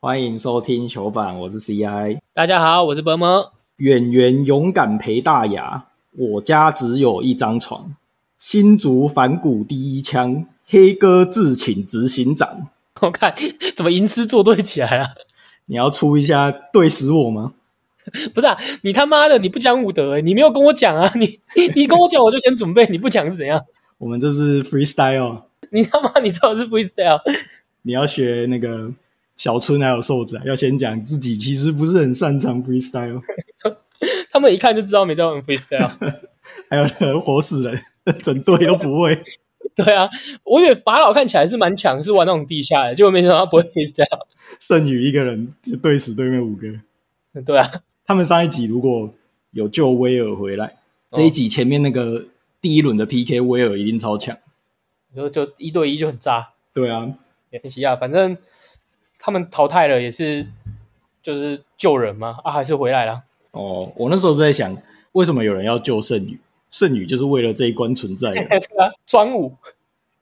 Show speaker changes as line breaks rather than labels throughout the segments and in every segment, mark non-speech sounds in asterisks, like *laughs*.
欢迎收听球板，我是 CI。
大家好，我是伯蒙。
演员勇敢陪大牙，我家只有一张床。新竹反骨第一枪，黑哥自请执行长。
*laughs* 我看 *laughs* 怎么吟诗作对起来啊？ *laughs*
你要出一下对死我吗？
不是啊，你他妈的你不讲武德、欸，你没有跟我讲啊！ *laughs* 你你跟我讲，我就先准备，你不讲是怎样？ *laughs*
我们这是 freestyle，
你他妈你最好是 freestyle。 *laughs*
你要学那个小春还有瘦子、啊，要先讲自己其实不是很擅长 freestyle，
他们一看就知道没在玩 freestyle。 *laughs*
还有人活死人，整队都不会。
对啊，我以为法老看起来是蛮强，是玩那种地下的，结果没想到他不会 freestyle。 *laughs*
剩余一个人就对死对面五个。
对啊，
他们上一集如果有救威尔回来，这一集前面那个第一轮的 PK，威尔一定超强。
你说就一对一就很渣，
对啊，
也很西亚。反正他们淘汰了也是就是救人嘛，啊还是回来了。 *laughs*
哦，我那时候就在想，为什么有人要救剩女？剩女就是为了这一关存在的。 *laughs*
对啊，专武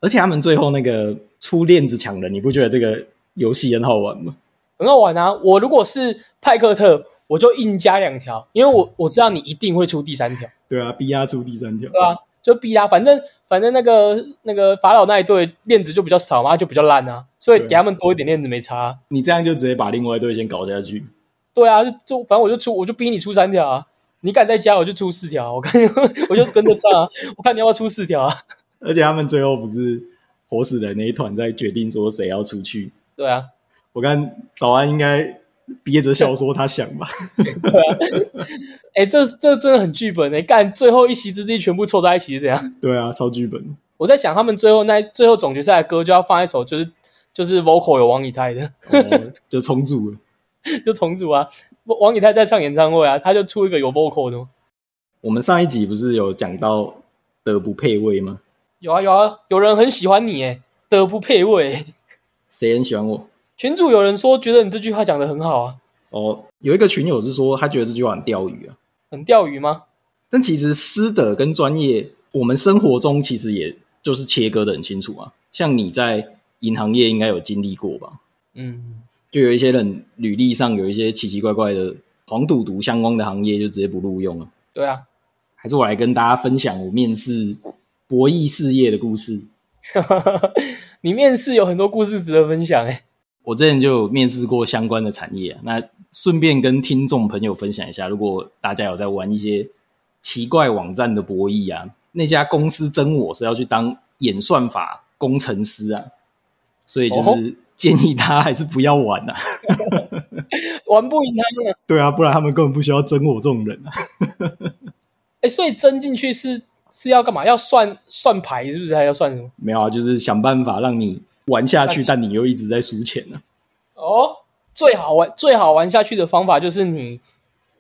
而且他们最后那个出链子抢人，你不觉得这个游戏很好玩吗？
很好玩啊！我如果是派克特，我就硬加两条，因为我我知道你一定会出第三条，
对啊，逼压出第三条。
对吧、就逼他，反正反正那个那个法老那一队链子就比较少嘛，就比较烂啊，所以
对
给他们多一点链子没差啊、
你这样就直接把另外一队先搞下去。
对啊，就就反正我就出，我就逼你出三条啊，你敢再加我就出四条啊，我看 *laughs* 我就跟着上啊，我看你要不要出四条啊？
而且他们最后不是活死人那一团在决定说谁要出去。
对啊，
我看早安应该憋着笑说他想吧，
哎、这这真的很剧本哎、干最后一席之地全部凑在一起是怎样？
对啊，超剧本。
我在想他们最后那最后总决赛的歌就要放一首就是就是 vocal 有王以太的，
哦，就冲住了。
就同组啊，王以太在唱演唱会啊，他就出一个有 vocal 的嘛，
我们上一集不是有讲到德不配位吗？
有啊有啊，有人很喜欢你哎、德不配位、欸。
谁很喜欢我？
群主有人说觉得你这句话讲的很好啊，
哦，有一个群友是说他觉得这句话很钓鱼啊，
很钓鱼吗？
但其实师德跟专业，我们生活中其实也就是切割的很清楚啊。像你在银行业应该有经历过吧？
嗯，
就有一些人履历上有一些奇奇怪怪的黄赌毒相关的行业，就直接不录用了。
对啊， *laughs*
还是我来跟大家分享我面试博弈事业的故事。
你面试有很多故事值得分享哎、
我之前就有面试过相关的产业、啊，那顺便跟听众朋友分享一下，如果大家有在玩一些奇怪网站的博弈啊，那家公司征我是要去当演算法工程师啊，所以就
哦
是建议他还是不要玩啊。 *laughs*
玩不赢他们。
对啊，不然他们根本不需要征我这种人啊。
哎、所以争进去是是要干嘛？要算算牌是不是？还要算什么？
没有啊，就是想办法让你玩下去，
那
但你又一直在输钱啊。
哦，最好玩最好玩下去的方法就是你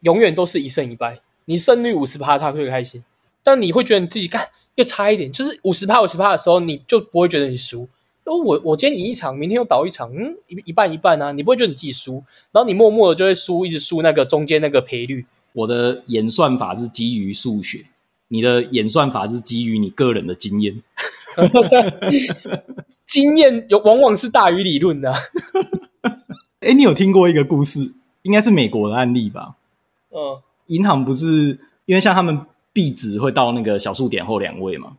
永远都是一胜一败，你胜率五十趴，他会开心。但你会觉得你自己干又差一点，就是五十趴五十趴的时候，你就不会觉得你输。哦，我我今天赢一场，明天又倒一场，嗯，一一半一半啊，你不会觉得你自己输，然后你默默的就会输，一直输那个中间那个赔率。
我的演算法是基于数学，你的演算法是基于你个人的经验。
经验有往往是大于理论的啊、
哎，你有听过一个故事，应该是美国的案例吧？
嗯，
银行不是因为像他们币值会到那个小数点后两位嘛，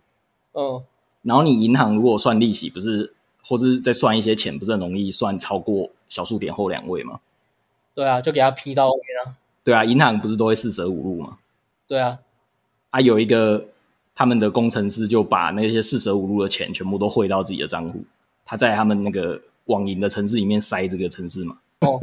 嗯，
然后你银行如果算利息，不是或是再算一些钱，不是很容易算超过小数点后两位嘛？
*laughs* 对啊，就给他 P 到后面啊，
对啊，银行不是都会四舍五入嘛？
对啊，
啊，有一个他们的工程师就把那些四舍五入的钱全部都汇到自己的账户，他在他们那个网银的城市里面塞这个城市嘛， *laughs*
哦，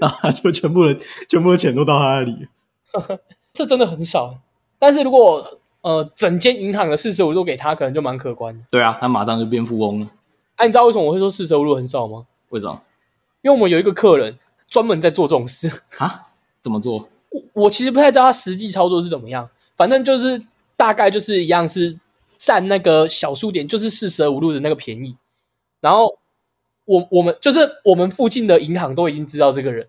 然后他就全部的全部的钱都到他那里了。
这真的很少。但是如果呃整间银行的四舍五入给他，可能就蛮可观的。
对啊，他马上就变富翁了。
哎、你知道为什么我会说四舍五入很少吗？
为什么？
因为我们有一个客人专门在做这种事。 *laughs*
啊？怎么做？
我我其实不太知道他实际操作是怎么样，反正就是大概就是一样是占那个小数点，就是四舍五入的那个便宜。然后我我们就是我们附近的银行都已经知道这个人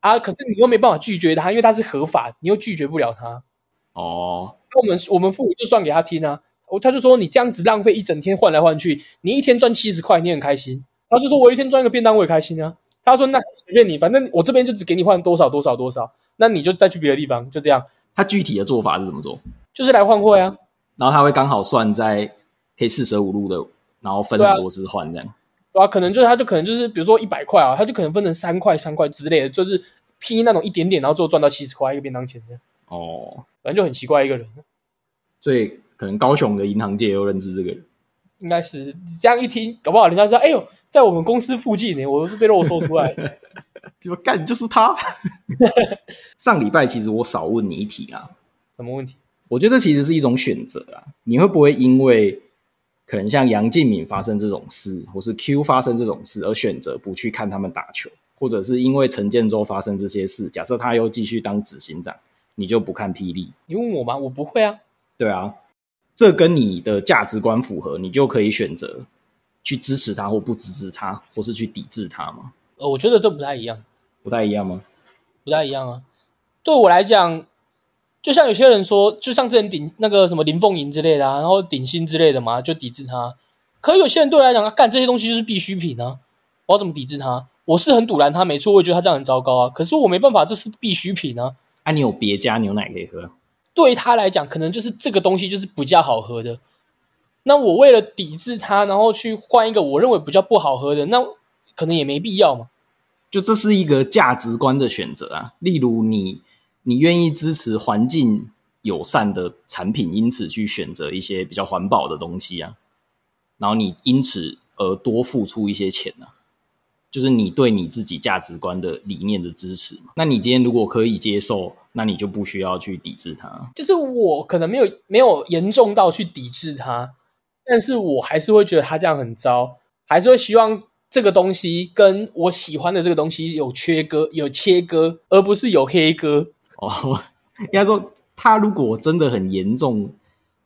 啊，可是你又没办法拒绝他，因为他是合法，你又拒绝不了他。
哦，
那我们我们父母就算给他听啊，我他就说你这样子浪费一整天换来换去，你一天赚七十块，你很开心。他就说我一天赚一个便当我也开心啊，他说那随便你，反正我这边就只给你换多少多少多少，那你就再去别的地方，就这样，
他具体的做法是怎么做？
就是来换汇啊。
然后他会刚好算在 K 四舍五入的，然后分
对啊
很多次换这样。
对啊，可能就是他就可能就是比如说一百块啊，他就可能分成三块三块之类的，就是拼那种一点点，然后最后赚到七十块一个便当钱这样，
哦，
反正就很奇怪一个人，
所以可能高雄的银行界又认识这个人。
应该是这样一听，搞不好人家说哎呦，在我们公司附近呢，我都是被肉搜出来，
就说干就是他。 *laughs* 上礼拜其实我少问你一题啊，
什么问题？
我觉得其实是一种选择啊。你会不会因为可能像杨敬敏发生这种事，或是 Q 发生这种事，而选择不去看他们打球，或者是因为陈建州发生这些事，假设他又继续当执行长，你就不看霹雳？
你问我吗？我不会啊，
对啊，这跟你的价值观符合，你就可以选择去支持他或不支持他，或是去抵制他嘛，
呃，我觉得这不太一样。
不太一样吗？
不太一样啊。对我来讲，就像有些人说，就像之前顶那个什么林凤营之类的、啊，然后顶薪之类的嘛，就抵制他。可有些人对我来讲，啊干这些东西就是必需品啊，我要怎么抵制他？我是很堵拦他，没错，我也觉得他这样很糟糕啊。可是我没办法，这是必需品啊。
啊，你有别家牛奶可以喝，啊
对他来讲，可能就是这个东西就是比较好喝的。那我为了抵制他，然后去换一个我认为比较不好喝的，那可能也没必要嘛。
就这是一个价值观的选择啊。例如你，你愿意支持环境友善的产品，因此去选择一些比较环保的东西啊，然后你因此而多付出一些钱啊，就是你对你自己价值观的理念的支持嘛。那你今天如果可以接受，那你就不需要去抵制它。
就是我可能没有没有严重到去抵制他，但是我还是会觉得他这样很糟，还是会希望这个东西跟我喜欢的这个东西有缺割、有切割，而不是有黑割。
哦， *laughs* 应该说，它如果真的很严重，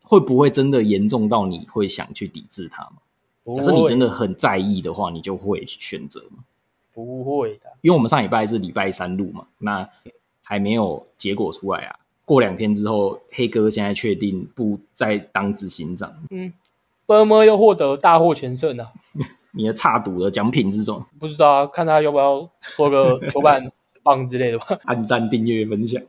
会不会真的严重到你会想去抵制它吗？假设你真的很在意的话，你就会选择嘛。
不会的，
因为我们上礼拜是礼拜三录嘛，那还没有结果出来啊。过两天之后，黑哥现在确定不再当执行长，
波摩又获得大获全胜啊！
你的差赌的奖品是什么？ *laughs*
不知道啊，看他要不要说个 *laughs* 球板棒之类的吧。
按赞、订阅、分享。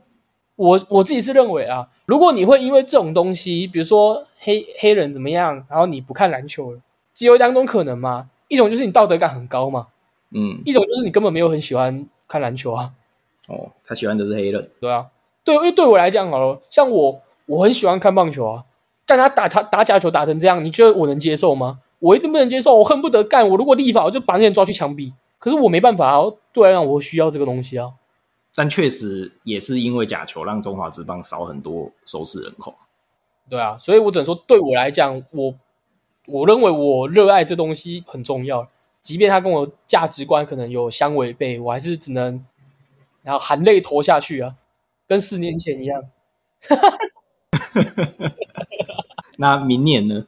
我我自己是认为啊，如果你会因为这种东西，比如说黑黑人怎么样，然后你不看篮球了，只有两种可能嘛，一种就是你道德感很高嘛，
嗯，
一种就是你根本没有很喜欢看篮球啊，
哦，他喜欢的是黑人，
对啊，对，因为对我来讲好了，像我我很喜欢看棒球啊，但他打他打假球打成这样，你觉得我能接受吗？我一定不能接受，我恨不得干，我如果立法，我就把那些人抓去枪毙。可是我没办法啊，对我来讲，我需要这个东西啊。
但确实也是因为假球让中华职棒少很多收视人口。
对啊，所以我只能说，对我来讲，我我认为我热爱这东西很重要，即便它跟我价值观可能有相违背，我还是只能然后含泪投下去啊，跟四年前一样。
那明年呢？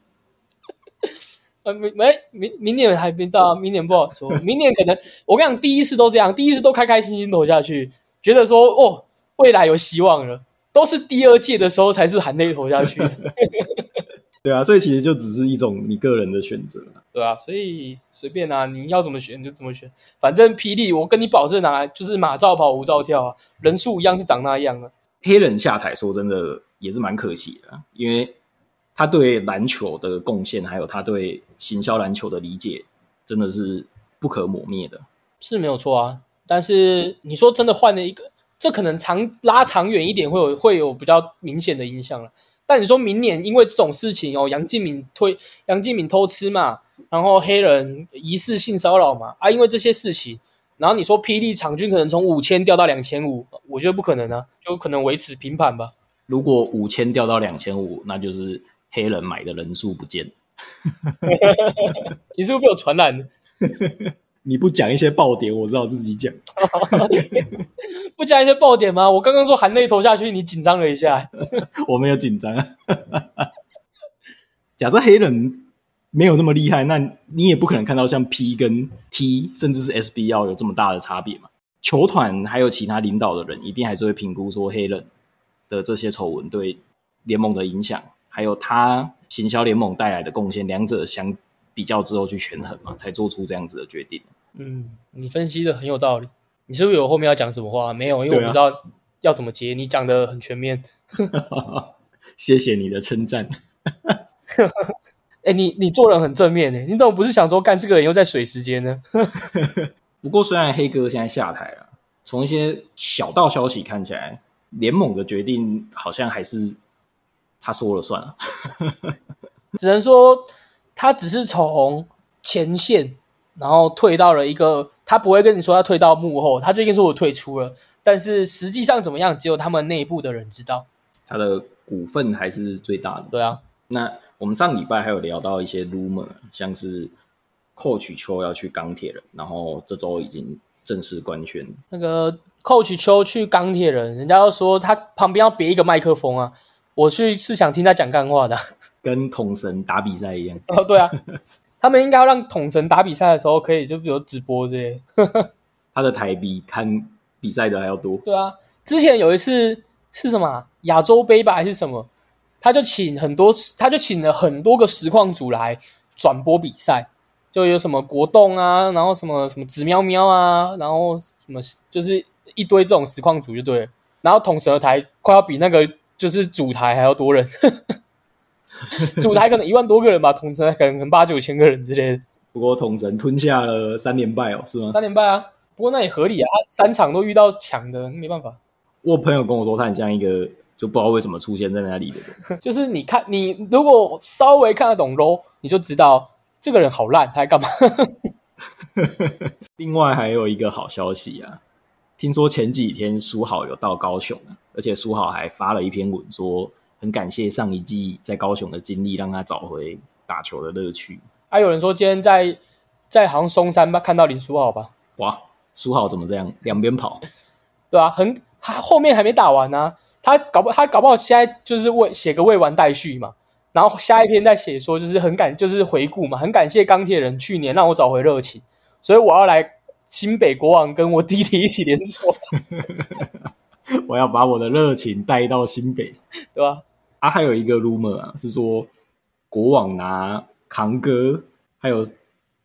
呃，明没明明年还没到啊，明年不好说，明年可能我跟你讲，第一次都这样，第一次都开开心心投下去，觉得说哦，未来有希望了，都是第二届的时候才是含泪投下去。
对啊，所以其实就只是一种你个人的选择啊。
对啊，所以随便啊，你要怎么选就怎么选，反正霹雳我跟你保证啊，就是马照跑，舞照跳啊，人数一样是长那样的。
黑人下台，说真的也是蛮可惜的啊，因为他对篮球的贡献，还有他对行销篮球的理解，真的是不可磨灭的。
是没有错啊。但是你说真的换了一个，这可能长拉长远一点会有会有比较明显的影响了。但你说明年因为这种事情哦，杨敬敏推杨敬敏偷吃嘛，然后黑人疑似性骚扰嘛，啊，因为这些事情，然后你说霹雳场均可能从五千掉到两千五，我觉得不可能啊，就可能维持平盘吧。
如果五千掉到两千五，那就是黑人买的人数不见了。
你是不是被我传染了？
你不讲一些爆点，我知道自己讲。
不加一些爆点吗？我刚刚说含泪投下去，你紧张了一下。
*laughs* 我没有紧张。假设黑人没有那么厉害，那你也不可能看到像 P 跟 T，甚至是 SBL 有这么大的差别嘛。球团还有其他领导的人，一定还是会评估说黑人的这些丑闻对联盟的影响，还有他行销联盟带来的贡献，两者相比较之后去权衡嘛，才做出这样子的决定。
嗯，你分析的很有道理。你是不是有后面要讲什么话？没有，因为我
对啊
不知道要怎么接。你讲的很全面。
谢谢你的称赞。
哎，你你做人很正面呢，你怎么不是想说干这个人又在水时间呢？
不过，虽然黑哥现在下台了，从一些小道消息看起来，联盟的决定好像还是他说了算啊。
只能说他只是从前线，然后退到了一个，他不会跟你说他退到幕后，他就跟你说我退出了。但是实际上怎么样，只有他们内部的人知道。
他的股份还是最大的。
对啊，
那我们上礼拜还有聊到一些 rumor，像是 Coach 秋要去钢铁人，然后这周已经正式官宣了。
那个 Coach 秋去钢铁人，人家要说他旁边要别一个麦克风啊，我去是想听他讲干话的 *laughs* 啊。
跟统神打比赛一样，
哦，对啊，他们应该要让统神打比赛的时候可以，就比如直播这些。
他的台比看比赛的还要多。
对啊，之前有一次是什么啊亚洲杯吧还是什么，他就请很多，他就请了很多个实况组来转播比赛，就有什么国栋啊，然后什么什么紫喵喵啊，然后什么就是一堆这种实况组就对了。然后统神的台快要比那个就是主台还要多人， *laughs* 主台可能一万多个人吧，统神可能可能八九千个人之类的。
不过统神吞下了三连败哦，是吗？
三连败啊，不过那也合理啊，他三场都遇到强的，没办法。
我朋友跟我说，他很像一个就不知道为什么出现在那里的人。
就是你看，你如果稍微看得懂 low，你就知道这个人好烂，他在干嘛？ *laughs*
另外还有一个好消息啊，听说前几天苏好有到高雄啊，而且苏好还发了一篇文说，很感谢上一季在高雄的经历，让他找回打球的乐趣。
还啊有人说今天在在好像松山吧看到林书豪吧，
哇，苏好怎么这样两边跑？ *laughs*
对吧、很他后面还没打完呢、啊他搞不他搞不好现在就是为写个未完待续嘛，然后下一篇再写说就是很感就是回顾嘛，很感谢钢铁人去年让我找回热情，所以我要来新北国王跟我弟弟一起联手，
我要把我的热情带到新北
对吧、
啊！还有一个 rumor 啊，是说国网拿扛哥还有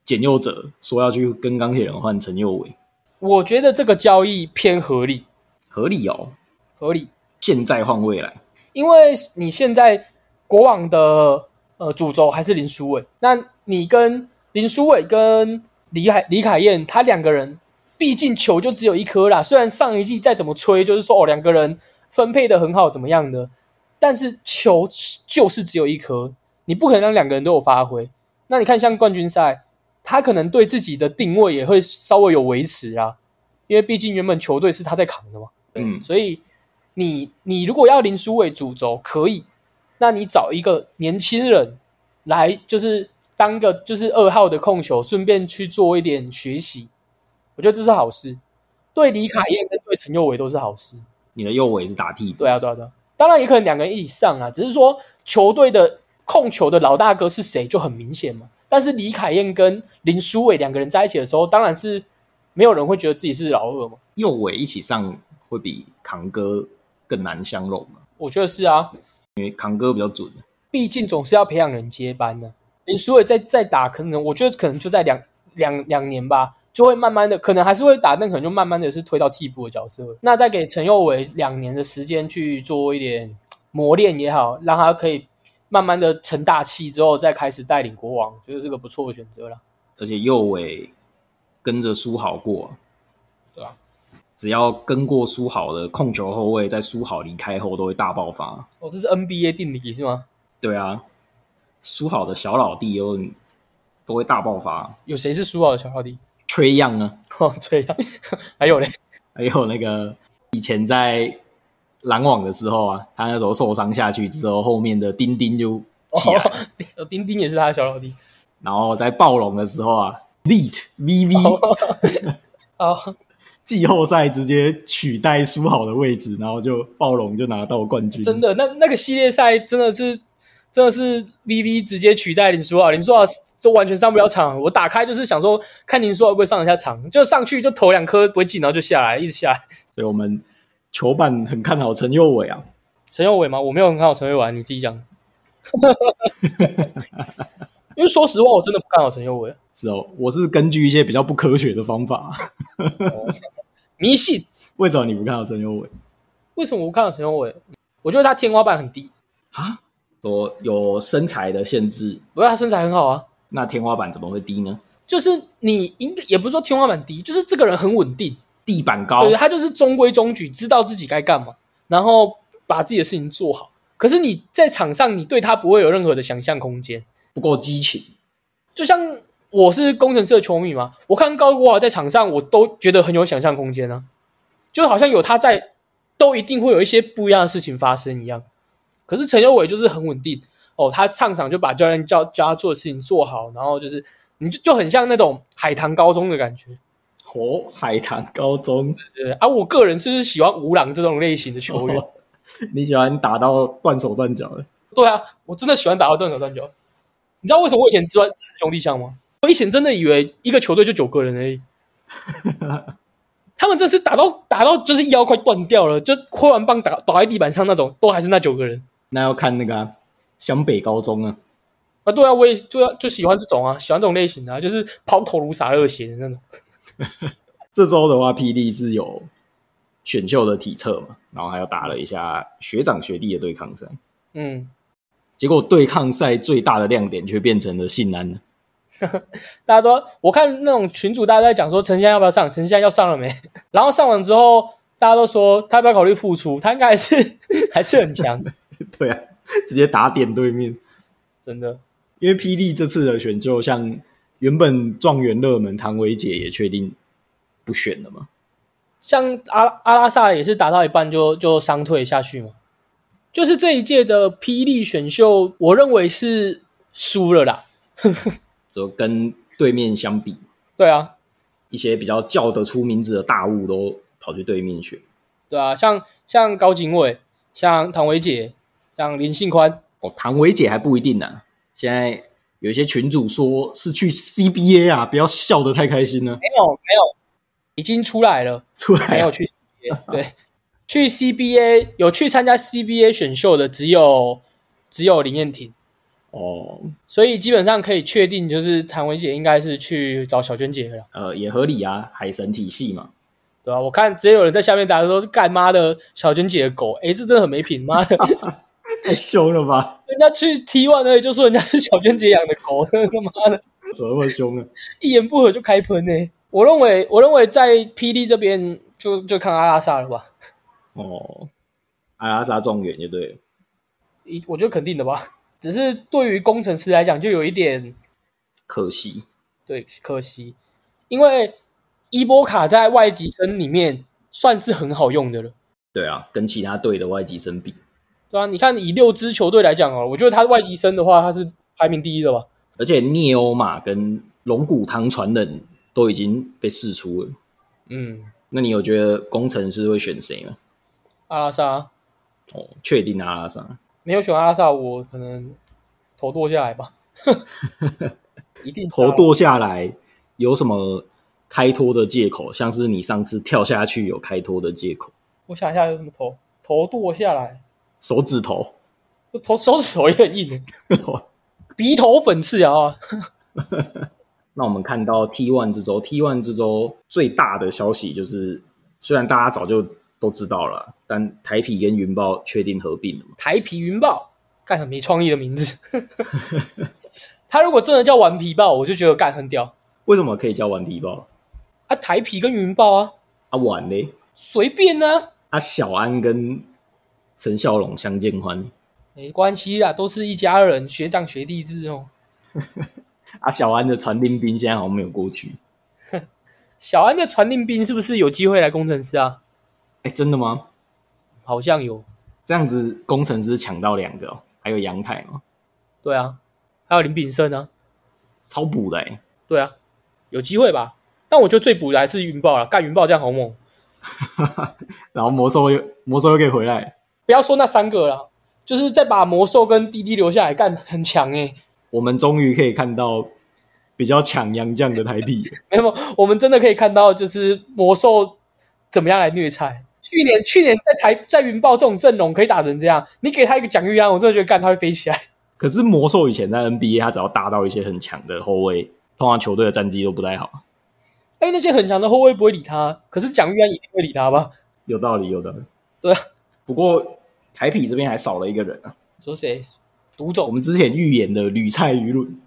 简佑哲说要去跟钢铁人换陈佑伟，
我觉得这个交易偏合理，
合理哦。
合理。
现在换未来，
因为你现在国网的呃主轴还是林书伟，那你跟林书伟跟李海李凯燕他两个人，毕竟球就只有一颗啦。虽然上一季再怎么吹，就是说哦两个人分配的很好怎么样的，但是球就是只有一颗，你不可能让两个人都有发挥。那你看像冠军赛，他可能对自己的定位也会稍微有维持啊，因为毕竟原本球队是他在扛的嘛。
嗯，
所以你你如果要林书伟主轴可以，那你找一个年轻人来，就是当个就是二号的控球，顺便去做一点学习，我觉得这是好事。对李凯燕跟对陈佑伟都是好事。
你的右伟是打替补，
对啊，对啊，对啊。当然也可能两个人一起上啊，只是说球队的控球的老大哥是谁就很明显嘛。但是李凯燕跟林书伟两个人在一起的时候，当然是没有人会觉得自己是老二嘛。
右尾一起上会比扛哥更难相容嘛，
我觉得是啊，
因为扛哥比较准。
毕竟总是要培养人接班的、林书伟再再打，可能我觉得可能就在两两两年吧，就会慢慢的，可能还是会打，但可能就慢慢的是推到替补的角色了。那再给陈佑伟两年的时间去做一点磨练也好，让他可以慢慢的成大器之后，再开始带领国王，觉得是个不错的选择了。
而且右尾跟着苏豪过，
对啊
只要跟过苏豪的控球后卫，在苏豪离开后都会大爆发。
哦，这是 NBA 定理是吗？
对啊，苏豪的小老弟又都会大爆发。
有谁是苏好的小老弟？ *laughs*
吹样呢，
哦，这样， *laughs* 还有嘞，
还有那个以前在篮网的时候啊，他那时候受伤下去之后，后面的丁丁就起来，
哦，丁丁也是他的小老弟。
然后在暴龙的时候啊，Lead VV
哦，
季后赛直接取代苏好的位置，然后就暴龙就拿到冠军。
真的，那那个系列赛真的是，真的是 VV 直接取代林书豪，林书豪就完全上不了场。我打开就是想说，看林书豪会不会上一下场，就上去就投两颗不会进，然后就下来，一直下来。
所以我们球板很看好陈佑伟啊。
啊陈佑伟吗？我没有很好陈佑伟，你自己讲。因为说实话，我真的不看好陈宥维，
是哦，我是根据一些比较不科学的方法。 *laughs*
迷信。
为什么你不看好陈宥伟
为什么我不看好陈宥维？我觉得他天花板很低，
啊？说有身材的限制，
不过他身材很好啊。
那天花板怎么会低呢？
就是你应该也不是说天花板低，就是这个人很稳定，
地板高
对，他啊就是中规中矩，知道自己该干嘛，然后把自己的事情做好。可是你在场上，你对他不会有任何的想象空间。
不够激情，
就像我是工程师的球迷嘛，我看高国豪在场上，我都觉得很有想象空间啊，就好像有他在，都一定会有一些不一样的事情发生一样。可是陈宥伟就是很稳定哦，他上场就把教练叫叫他做的事情做好，然后就是你就就很像那种海棠高中的感觉。
哦，海棠高中，
对啊，我个人就是喜欢吴朗这种类型的球员。
你喜欢打到断手断脚的？
对啊，我真的喜欢打到断手断脚。你知道为什么我以前支支持兄弟象吗？我以前真的以为一个球队就九个人而已，他们这次打到打到就是腰快断掉了，就挥完棒打倒在地板上那种，都还是那九个人
那要看那个、啊、湘北高中啊，
啊。对啊，我也就要就喜欢这种啊，喜欢这种类型的、啊，就是抛头颅洒热血的那种。
这周的话，霹雳是有选秀的体测嘛，然后还有打了一下学长学弟的对抗赛，
嗯，
结果对抗赛最大的亮点却变成了信安了。
大家都我看那种群主大家在讲说陈现要不要上，陈现要上了没？ *laughs* 然后上完之后，大家都说他要不要考虑复出，他应该还是 *laughs* 还是很强的，
*laughs* 对啊，直接打点对面。
真的。
因为霹雳这次的选秀，像原本状元热门唐维姐也确定不选了嘛，
像阿阿拉萨也是打到一半就就伤退下去嘛。就是这一届的霹雳选秀，我认为是输了啦。
就跟对面相比，
对啊，
一些比较叫得出名字的大物都跑去对面选。
对啊，像像高景伟，像唐维姐，像林信宽，
哦，唐维姐还不一定呢、现在有一些群主说是去 CBA 啊，不要笑得太开心了，
*laughs* 没有没有，哎已经出来了，
出来
没有
啊
去 CBA。对，去 CBA 有去参加 CBA 选秀的只有只有林彦廷，
哦，
所以基本上可以确定，就是谭维姐应该是去找小娟姐了啦，
呃，也合理啊，海神体系嘛， *laughs*
对啊吧、我看直接有人在下面打说干妈的小娟姐的狗，诶，这真的很没品，妈的，
太凶了吧？
人家去 T one 而已就说人家是小娟姐养的狗， *laughs* 他妈的，
怎么那么凶啊？
一言不合就开喷呢、我认为，我认为在 PD 这边就就看阿拉萨了吧，
哦，阿拉萨状元就对了，
一我觉得肯定的吧，只是对于工程师来讲就有一点
可惜
对，可惜，因为伊波卡在外籍生里面算是很好用的了，
对啊，跟其他队的外籍生比，
对啊，你看以六支球队来讲哦，我觉得他外籍生的话，他是排名第一的吧？
而且聂欧嘛跟龙骨堂传人都已经被释出了，
嗯，
那你有觉得工程师会选谁吗？
阿拉萨
哦，确定阿拉萨。
没有选阿拉萨，我可能头剁下来吧，一定
头
剁。
剁下来有什么开脱的借口？像是你上次跳下去有开脱的借口，
我想一下有什么头头剁下来，
手指头，
我头手指头也很硬耶，鼻头粉刺啊，
*laughs* 那我们看到 T one 这周，T one 这周最大的消息就是，虽然大家早就都知道了，但台啤跟云豹确定合并了嘛？
台皮云豹，干很没创意的名字。他如果真的叫顽皮豹，我就觉得干很屌。
为什么可以叫顽皮豹？
啊，台皮跟云豹啊，
啊，晚嘞，
随便啊，
啊，小安跟陈孝龙相见欢，
没关系啦，都是一家人，学长学弟制哦。
啊，小安的传令兵现在好像没有过去，
小安的传令兵是不是有机会来工程师啊？
哎，真的吗？
好像有，
这样子工程师抢到两个、哦，还有阳台嘛，
对啊，还有林炳胜啊，
超补的、欸，
对啊，有机会吧？但我觉得最补的还是云豹啦，干云豹这样好猛。
然后魔兽又魔兽又可以回来。
不要说那三个啦，就是再把魔兽跟滴滴留下来干，很强欸诶、
我们终于可以看到比较抢洋将的台
*laughs*
币，
没有，我们真的可以看到，就是魔兽怎么样来虐菜。去年去年在台在云豹这种阵容可以打成这样，你给他一个蒋玉安，我真的觉得干他会飞起来。
可是魔兽以前在 NBA，他只要搭到一些很强的后卫，通常球队的战绩都不太好。
哎，那些很强的后卫不会理他，可是蒋玉安一定会理他吧？
有道理，有道理。
对啊，
不过台匹这边还少了一个人啊，
你说谁？独
我
走
们之前预言的吕蔡舆论，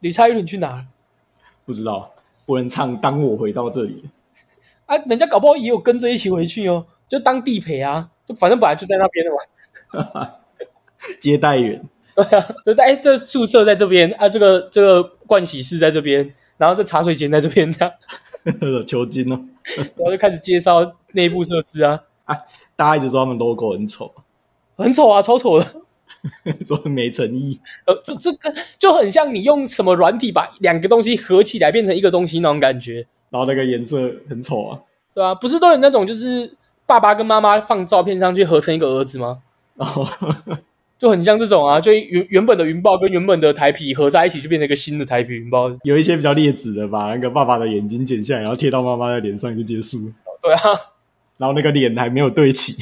吕差玉，你去哪了？
不知道不能唱《当我回到这里》。
啊，人家搞不好也有跟着一起回去哦，就当地陪啊，就反正本来就在那边的嘛。
接待员， *laughs*
对啊，就在哎，这宿舍在这边啊，这个这个盥洗室在这边，然后这茶水间在这边，这样，
球精哦，
然后就开始介绍内部设施啊，
大家一直说他们 logo 很丑， *laughs*
很丑啊，超丑的。
说很没诚意。
呃，这这个就很像你用什么软体把两个东西合起来变成一个东西那种感觉，
然后那个颜色很丑啊，
对啊，不是都有那种就是爸爸跟妈妈放照片上去合成一个儿子吗？
然后
就很像这种啊，就原原本的云豹跟原本的台皮合在一起，就变成一个新的台皮云豹。
有一些比较劣质的，把那个爸爸的眼睛剪下来，然后贴到妈妈的脸上就结束了。
对啊，
然后那个脸还没有对 *laughs* 齐。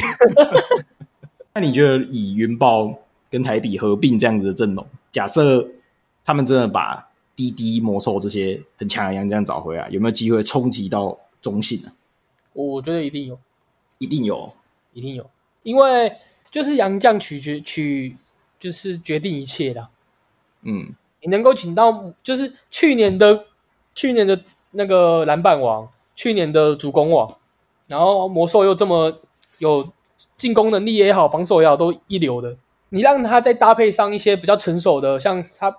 那你觉得以云豹跟台比合并这样子的阵容，假设他们真的把滴滴、魔兽这些很强的洋将找回来，有没有机会冲击到中信啊？
我觉得一定有，
一定有，
一定有，因为就是杨绛取决取就是决定一切啦。
嗯，
你能够请到就是去年的去年的那个篮板王，去年的主攻王，然后魔兽又这么有进攻能力也好，防守也好，都一流的。你让他再搭配上一些比较成熟的，像他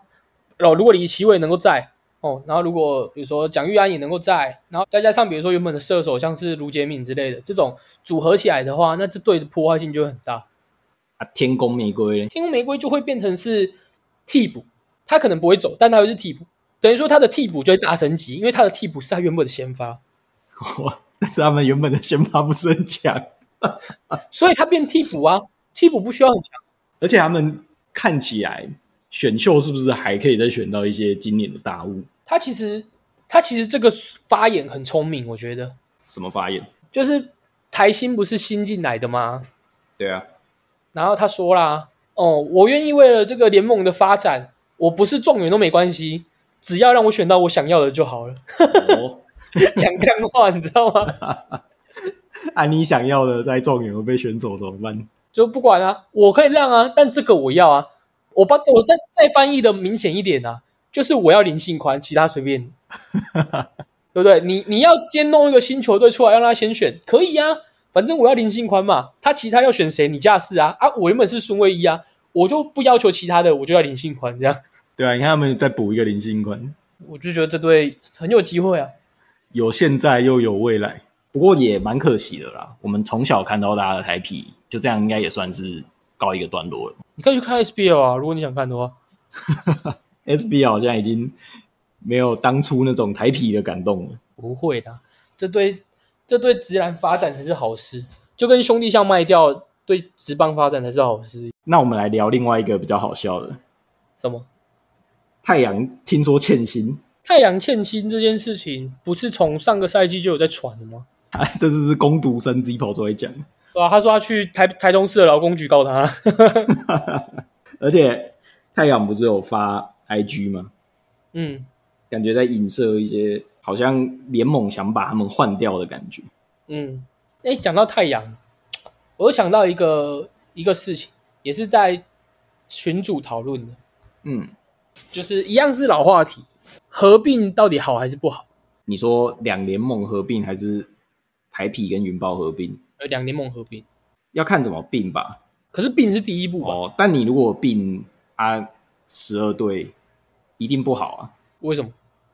哦，如果李奇伟能够在哦，然后如果比如说蒋玉安也能够在，然后再加上比如说原本的射手像是卢杰敏之类的这种组合起来的话，那这对的破坏性就会很大。
啊，天宫玫瑰
天空玫瑰就会变成是替补，他可能不会走，但他会是替补，等于说他的替补就会大升级，因为他的替补是他原本的先发，
哇， *laughs* 但是他们原本的先发不是很强，
所以他变替补啊，替补不需要很强，
而且他们看起来选秀是不是还可以再选到一些今年的大物？
他其实他其实这个发言很聪明，我觉得
什么发言？
就是台新不是新进来的吗？
对啊，
然后他说啦，哦，我愿意为了这个联盟的发展，我不是状元都没关系，只要让我选到我想要的就好了， *laughs*
哦，
讲干话，你知道吗？
啊，你想要的在状元会被选走怎么办？
就不管啊，我可以让啊，但这个我要啊，我把我再再翻译的明显一点啊，就是我要林信宽，其他随 *laughs* 便你，对不对？你你要先弄一个新球队出来让他先选，可以啊，反正我要林信宽嘛，他其他要选谁你架势啊啊，我原本是孙卫一啊，我就不要求其他的，我就要林信宽这样，
对啊，你看他们再补一个零星款，
我就觉得这队很有机会啊，
有现在又有未来，不过也蛮可惜的啦。我们从小看到大的台皮，就这样应该也算是告一个段落了。
你可以去看 SBL 啊，如果你想看的话，
SBL 好像已经没有当初那种台皮的感动了。
不会的，啊这对这对直男发展才是好事，就跟兄弟象卖掉对直棒发展才是好事。
那我们来聊另外一个比较好笑的，
什么
太阳听说欠薪， *laughs*
太阳欠薪这件事情，不是从上个赛季就有在传的吗？
啊，这只是攻读生 Zippo 才会讲， *laughs*
对啊吧、他说他去台台东市的劳工局告他， *laughs*
而且太阳不是有发 IG 吗？
嗯
感觉在影射一些好像联盟想把他们换掉的感觉。
嗯。哎，讲到太阳，我又想到一个一个事情，也是在群主讨论的，
嗯，
就是一样是老话题，合并到底好还是不好？
你说两联盟合并还是台啤跟云豹合并？
呃，两联盟合并，
要看怎么并吧。
可是并是第一步吧？
哦，但你如果并啊十二队，一定不好啊。
为什么？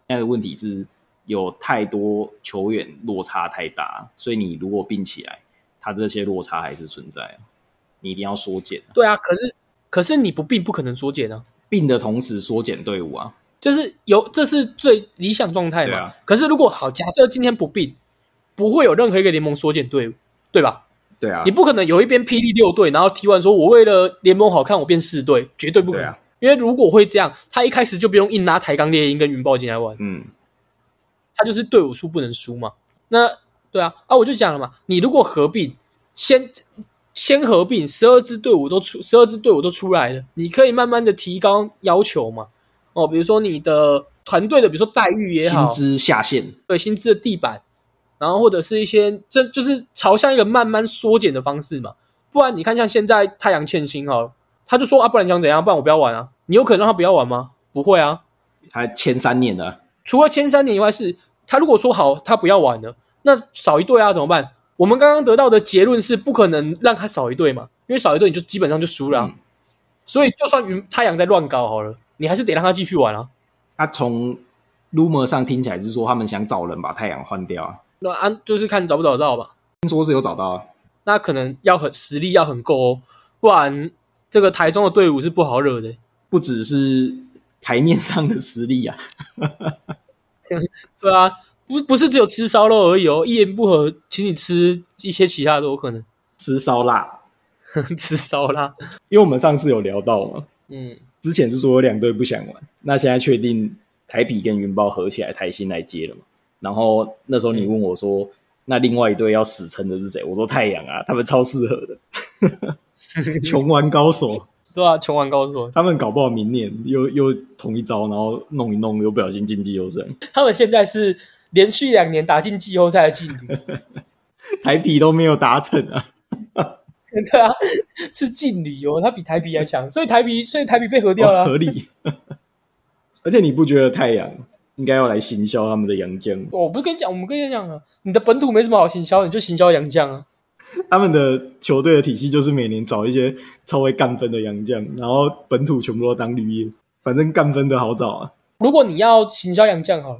现在的问题是有太多球员落差太大，所以你如果并起来，它这些落差还是存在啊。你一定要缩减啊，
对啊，可是可是你不并不可能缩减啊，
并的同时缩减队伍啊。
就是有这是最理想状态
对
嘛。
啊
可是如果好，假设今天不并，不会有任何一个联盟缩减队伍，对吧？
对啊，
你不可能有一边霹雳六队，然后踢完说我为了联盟好看我变四队，绝对不可能。
对啊
因为如果会这样，他一开始就不用硬拉台钢猎鹰跟云豹进来玩，
嗯，
他就是队伍数不能输嘛。那对啊，啊我就讲了嘛，你如果合并，先先合并，十二支队伍都出，十二支队伍都出来了，你可以慢慢的提高要求嘛。哦，比如说你的团队的，比如说待遇也
薪
好，
资下限，
对薪资的地板，然后或者是一些这就是朝向一个慢慢缩减的方式嘛。不然你看，像现在太阳欠薪好了，他就说啊，不然你想怎样？不然我不要玩啊。你有可能让他不要玩吗？不会啊，
他签三年的，
除了前三年以外是，他如果说好他不要玩了，那少一队啊怎么办？我们刚刚得到的结论是不可能让他少一队嘛，因为少一队你就基本上就输了啊、
嗯
所以就算云太阳在乱搞好了，你还是得让他继续玩啊。
他从 rumor 上听起来是说他们想找人把太阳换掉啊，
那啊就是看找不找得到吧。
听说是有找到啊，
那可能要很实力要很够哦，不然这个台中的队伍是不好惹的。
不只是台面上的实力啊，
对啊，不不是只有吃烧肉而已哦，一言不合请你吃一些其他都有可能 *laughs*
吃烧腊，
吃烧啦。
因为我们上次有聊到嘛，
嗯，
之前是说有两队不想玩，那现在确定台比跟云豹合起来，台新来接了嘛？然后那时候你问我说，那另外一队要死撑的是谁？我说太阳啊，他们超适合的， *laughs* 穷玩高手，
对啊，穷玩高手，
他们搞不好明年又又同一招，然后弄一弄，又不小心进季后赛，
他们现在是连续两年打进季后赛的劲旅，
台比都没有达成啊。
对啊，是劲旅哦，他比台皮还强，所以台皮所以台皮被合掉了
哦
啊、
合理。 *laughs* 而且你不觉得太阳应该要来行销他们的洋将吗？
我不是跟你讲，我们跟你讲啊，你的本土没什么好行销，你就行销洋将啊。
他们的球队的体系就是每年找一些超会干分的洋将，然后本土全部都当绿叶，反正干分的好找啊。
如果你要行销洋将好了，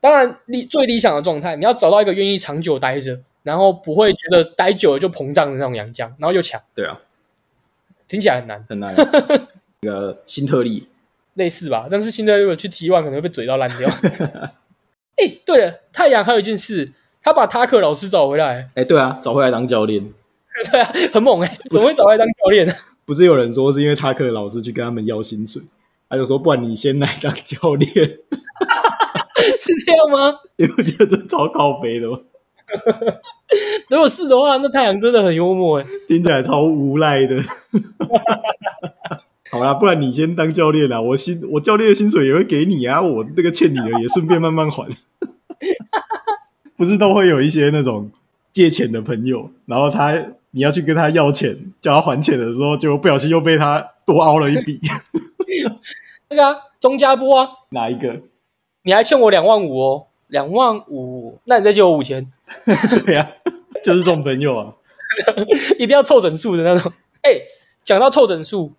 当然理最理想的状态，你要找到一个愿意长久待着，然后不会觉得待久了就膨胀的那种洋将，然后又强，
对啊，
听起来很难，
很难、啊。 *laughs* 那个新特利，
类似吧？但是现在如果去 T one 可能会被嘴到烂掉。哎、对了，太阳还有一件事，他把塔克老师找回来，
哎、对啊，找回来当教练，
对啊，很猛哎、怎么会找回来当教练呢？ *laughs*
不是有人说是因为塔克老师去跟他们要薪水，他就说不然你先来当教练，
是这样吗？
因为我觉得这超靠背的嘛，
如果是的话，那太阳真的很幽默哎、
听起来超无赖的。 *laughs* 好啦，不然你先当教练啦，我薪我教练的薪水也会给你啊，我那个欠你的也顺便慢慢还。 *laughs* 不是都会有一些那种借钱的朋友，然后他你要去跟他要钱，叫他还钱的时候，就不小心又被他多凹了一笔。 *laughs*
那个啊，钟家波啊，
哪一个？
你还欠我两万五哦，两万五，那你再借我五千。 *laughs*
对呀、 *laughs* 就是这种朋友啊。
一定要凑整数的那种。 *laughs* 哎、讲到凑整数，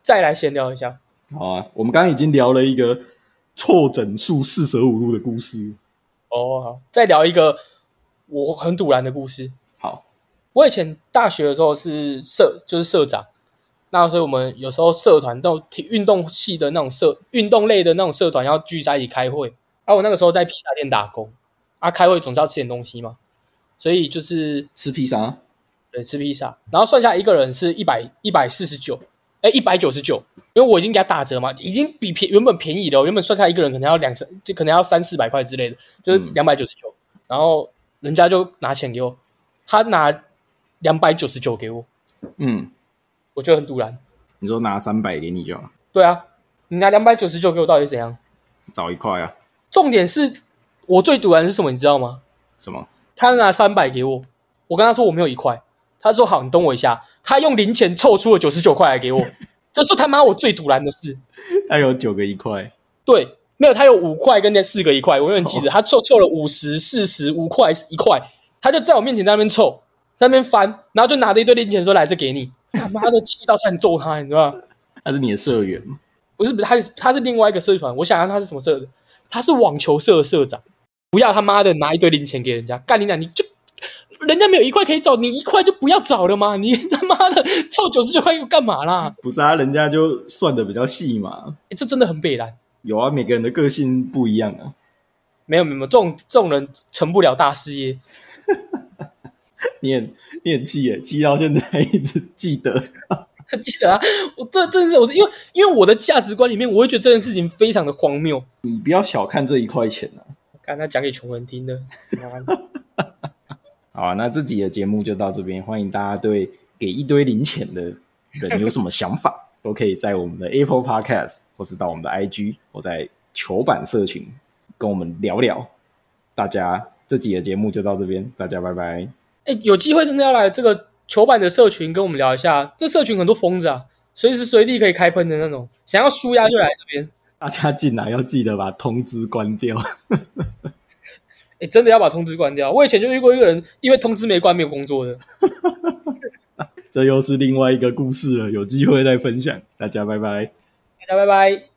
再来闲聊一下。
好啊，我们刚刚已经聊了一个凑整数四舍五入的故事。
哦，好，再聊一个我很堵然的故事。
好，
我以前大学的时候是社，就是社长。那所以我们有时候社团都体运动系的那种社运动类的那种社团要聚在一起开会。啊，我那个时候在披萨店打工，啊，开会总是要吃点东西嘛，所以就是
吃披萨，啊
对，吃披萨，然后算下来一个人是一百一百四十九，哎，一百九十九，因为我已经给他打折嘛，已经比便原本便宜了哦，原本算下来一个人可能要两三，就可能要三四百块之类的，就是
嗯
两百九十九，然后人家就拿钱给我，他拿两百九十九给我，
嗯，
我觉得很突然。
你说拿三百给你就好了，
对啊，你拿两百九十九给我到底是怎样？
找一块啊，
重点是我最突然的是什么，你知道吗？
什么？
他拿三百给我，我跟他说我没有一块，他说好，你等我一下。他用零钱凑出了九十九块来给我， *laughs* 这是他妈我最堵然的事。
他有九个一块，
对，没有他有五块跟那四个一块，我永远记得他凑凑了五十、四十、五块、一块，他就在我面前在那边凑，在那边翻，然后就拿着一堆零钱说来这给你，他妈的气到差点揍他，你知道吗？
他是你的社员吗
不是不是，他是他是另外一个社团，我想让他是什么社的？他是网球社的社长。不要他妈的拿一堆零钱给人家，干你娘！你就人家没有一块可以找，你一块就不要找了嘛！ *laughs* 你他妈的凑九十九块又干嘛啦？
不是啊，人家就算的比较细嘛。
欸这真的很北蓝。
有啊，每个人的个性不一样啊。 *laughs*
没有没有，没有这种这种人成不了大事业。 *laughs*
你很你很气耶，气到现在一直记得。
记得啊，我这真的是我，因为因为我的价值观里面，我会觉得这件事情非常的荒谬。
你不要小看这一块钱啊！
刚他讲给穷人听的，
好啊，那这集的节目就到这边，欢迎大家对给一堆零钱的人有什么想法， *laughs* 都可以在我们的 Apple Podcast 或是到我们的 IG 或在球板社群跟我们聊聊。大家这集的节目就到这边，大家拜拜。
哎、有机会真的要来这个球板的社群跟我们聊一下，这社群很多疯子啊，随时随地可以开喷的那种，想要舒压就来这边。
大家进来要记得把通知关掉。 *laughs*
哎、真的要把通知关掉。我以前就遇过一个人，因为通知没关没有工作的。
这又是另外一个故事了，有机会再分享。大家拜拜。
大家拜拜。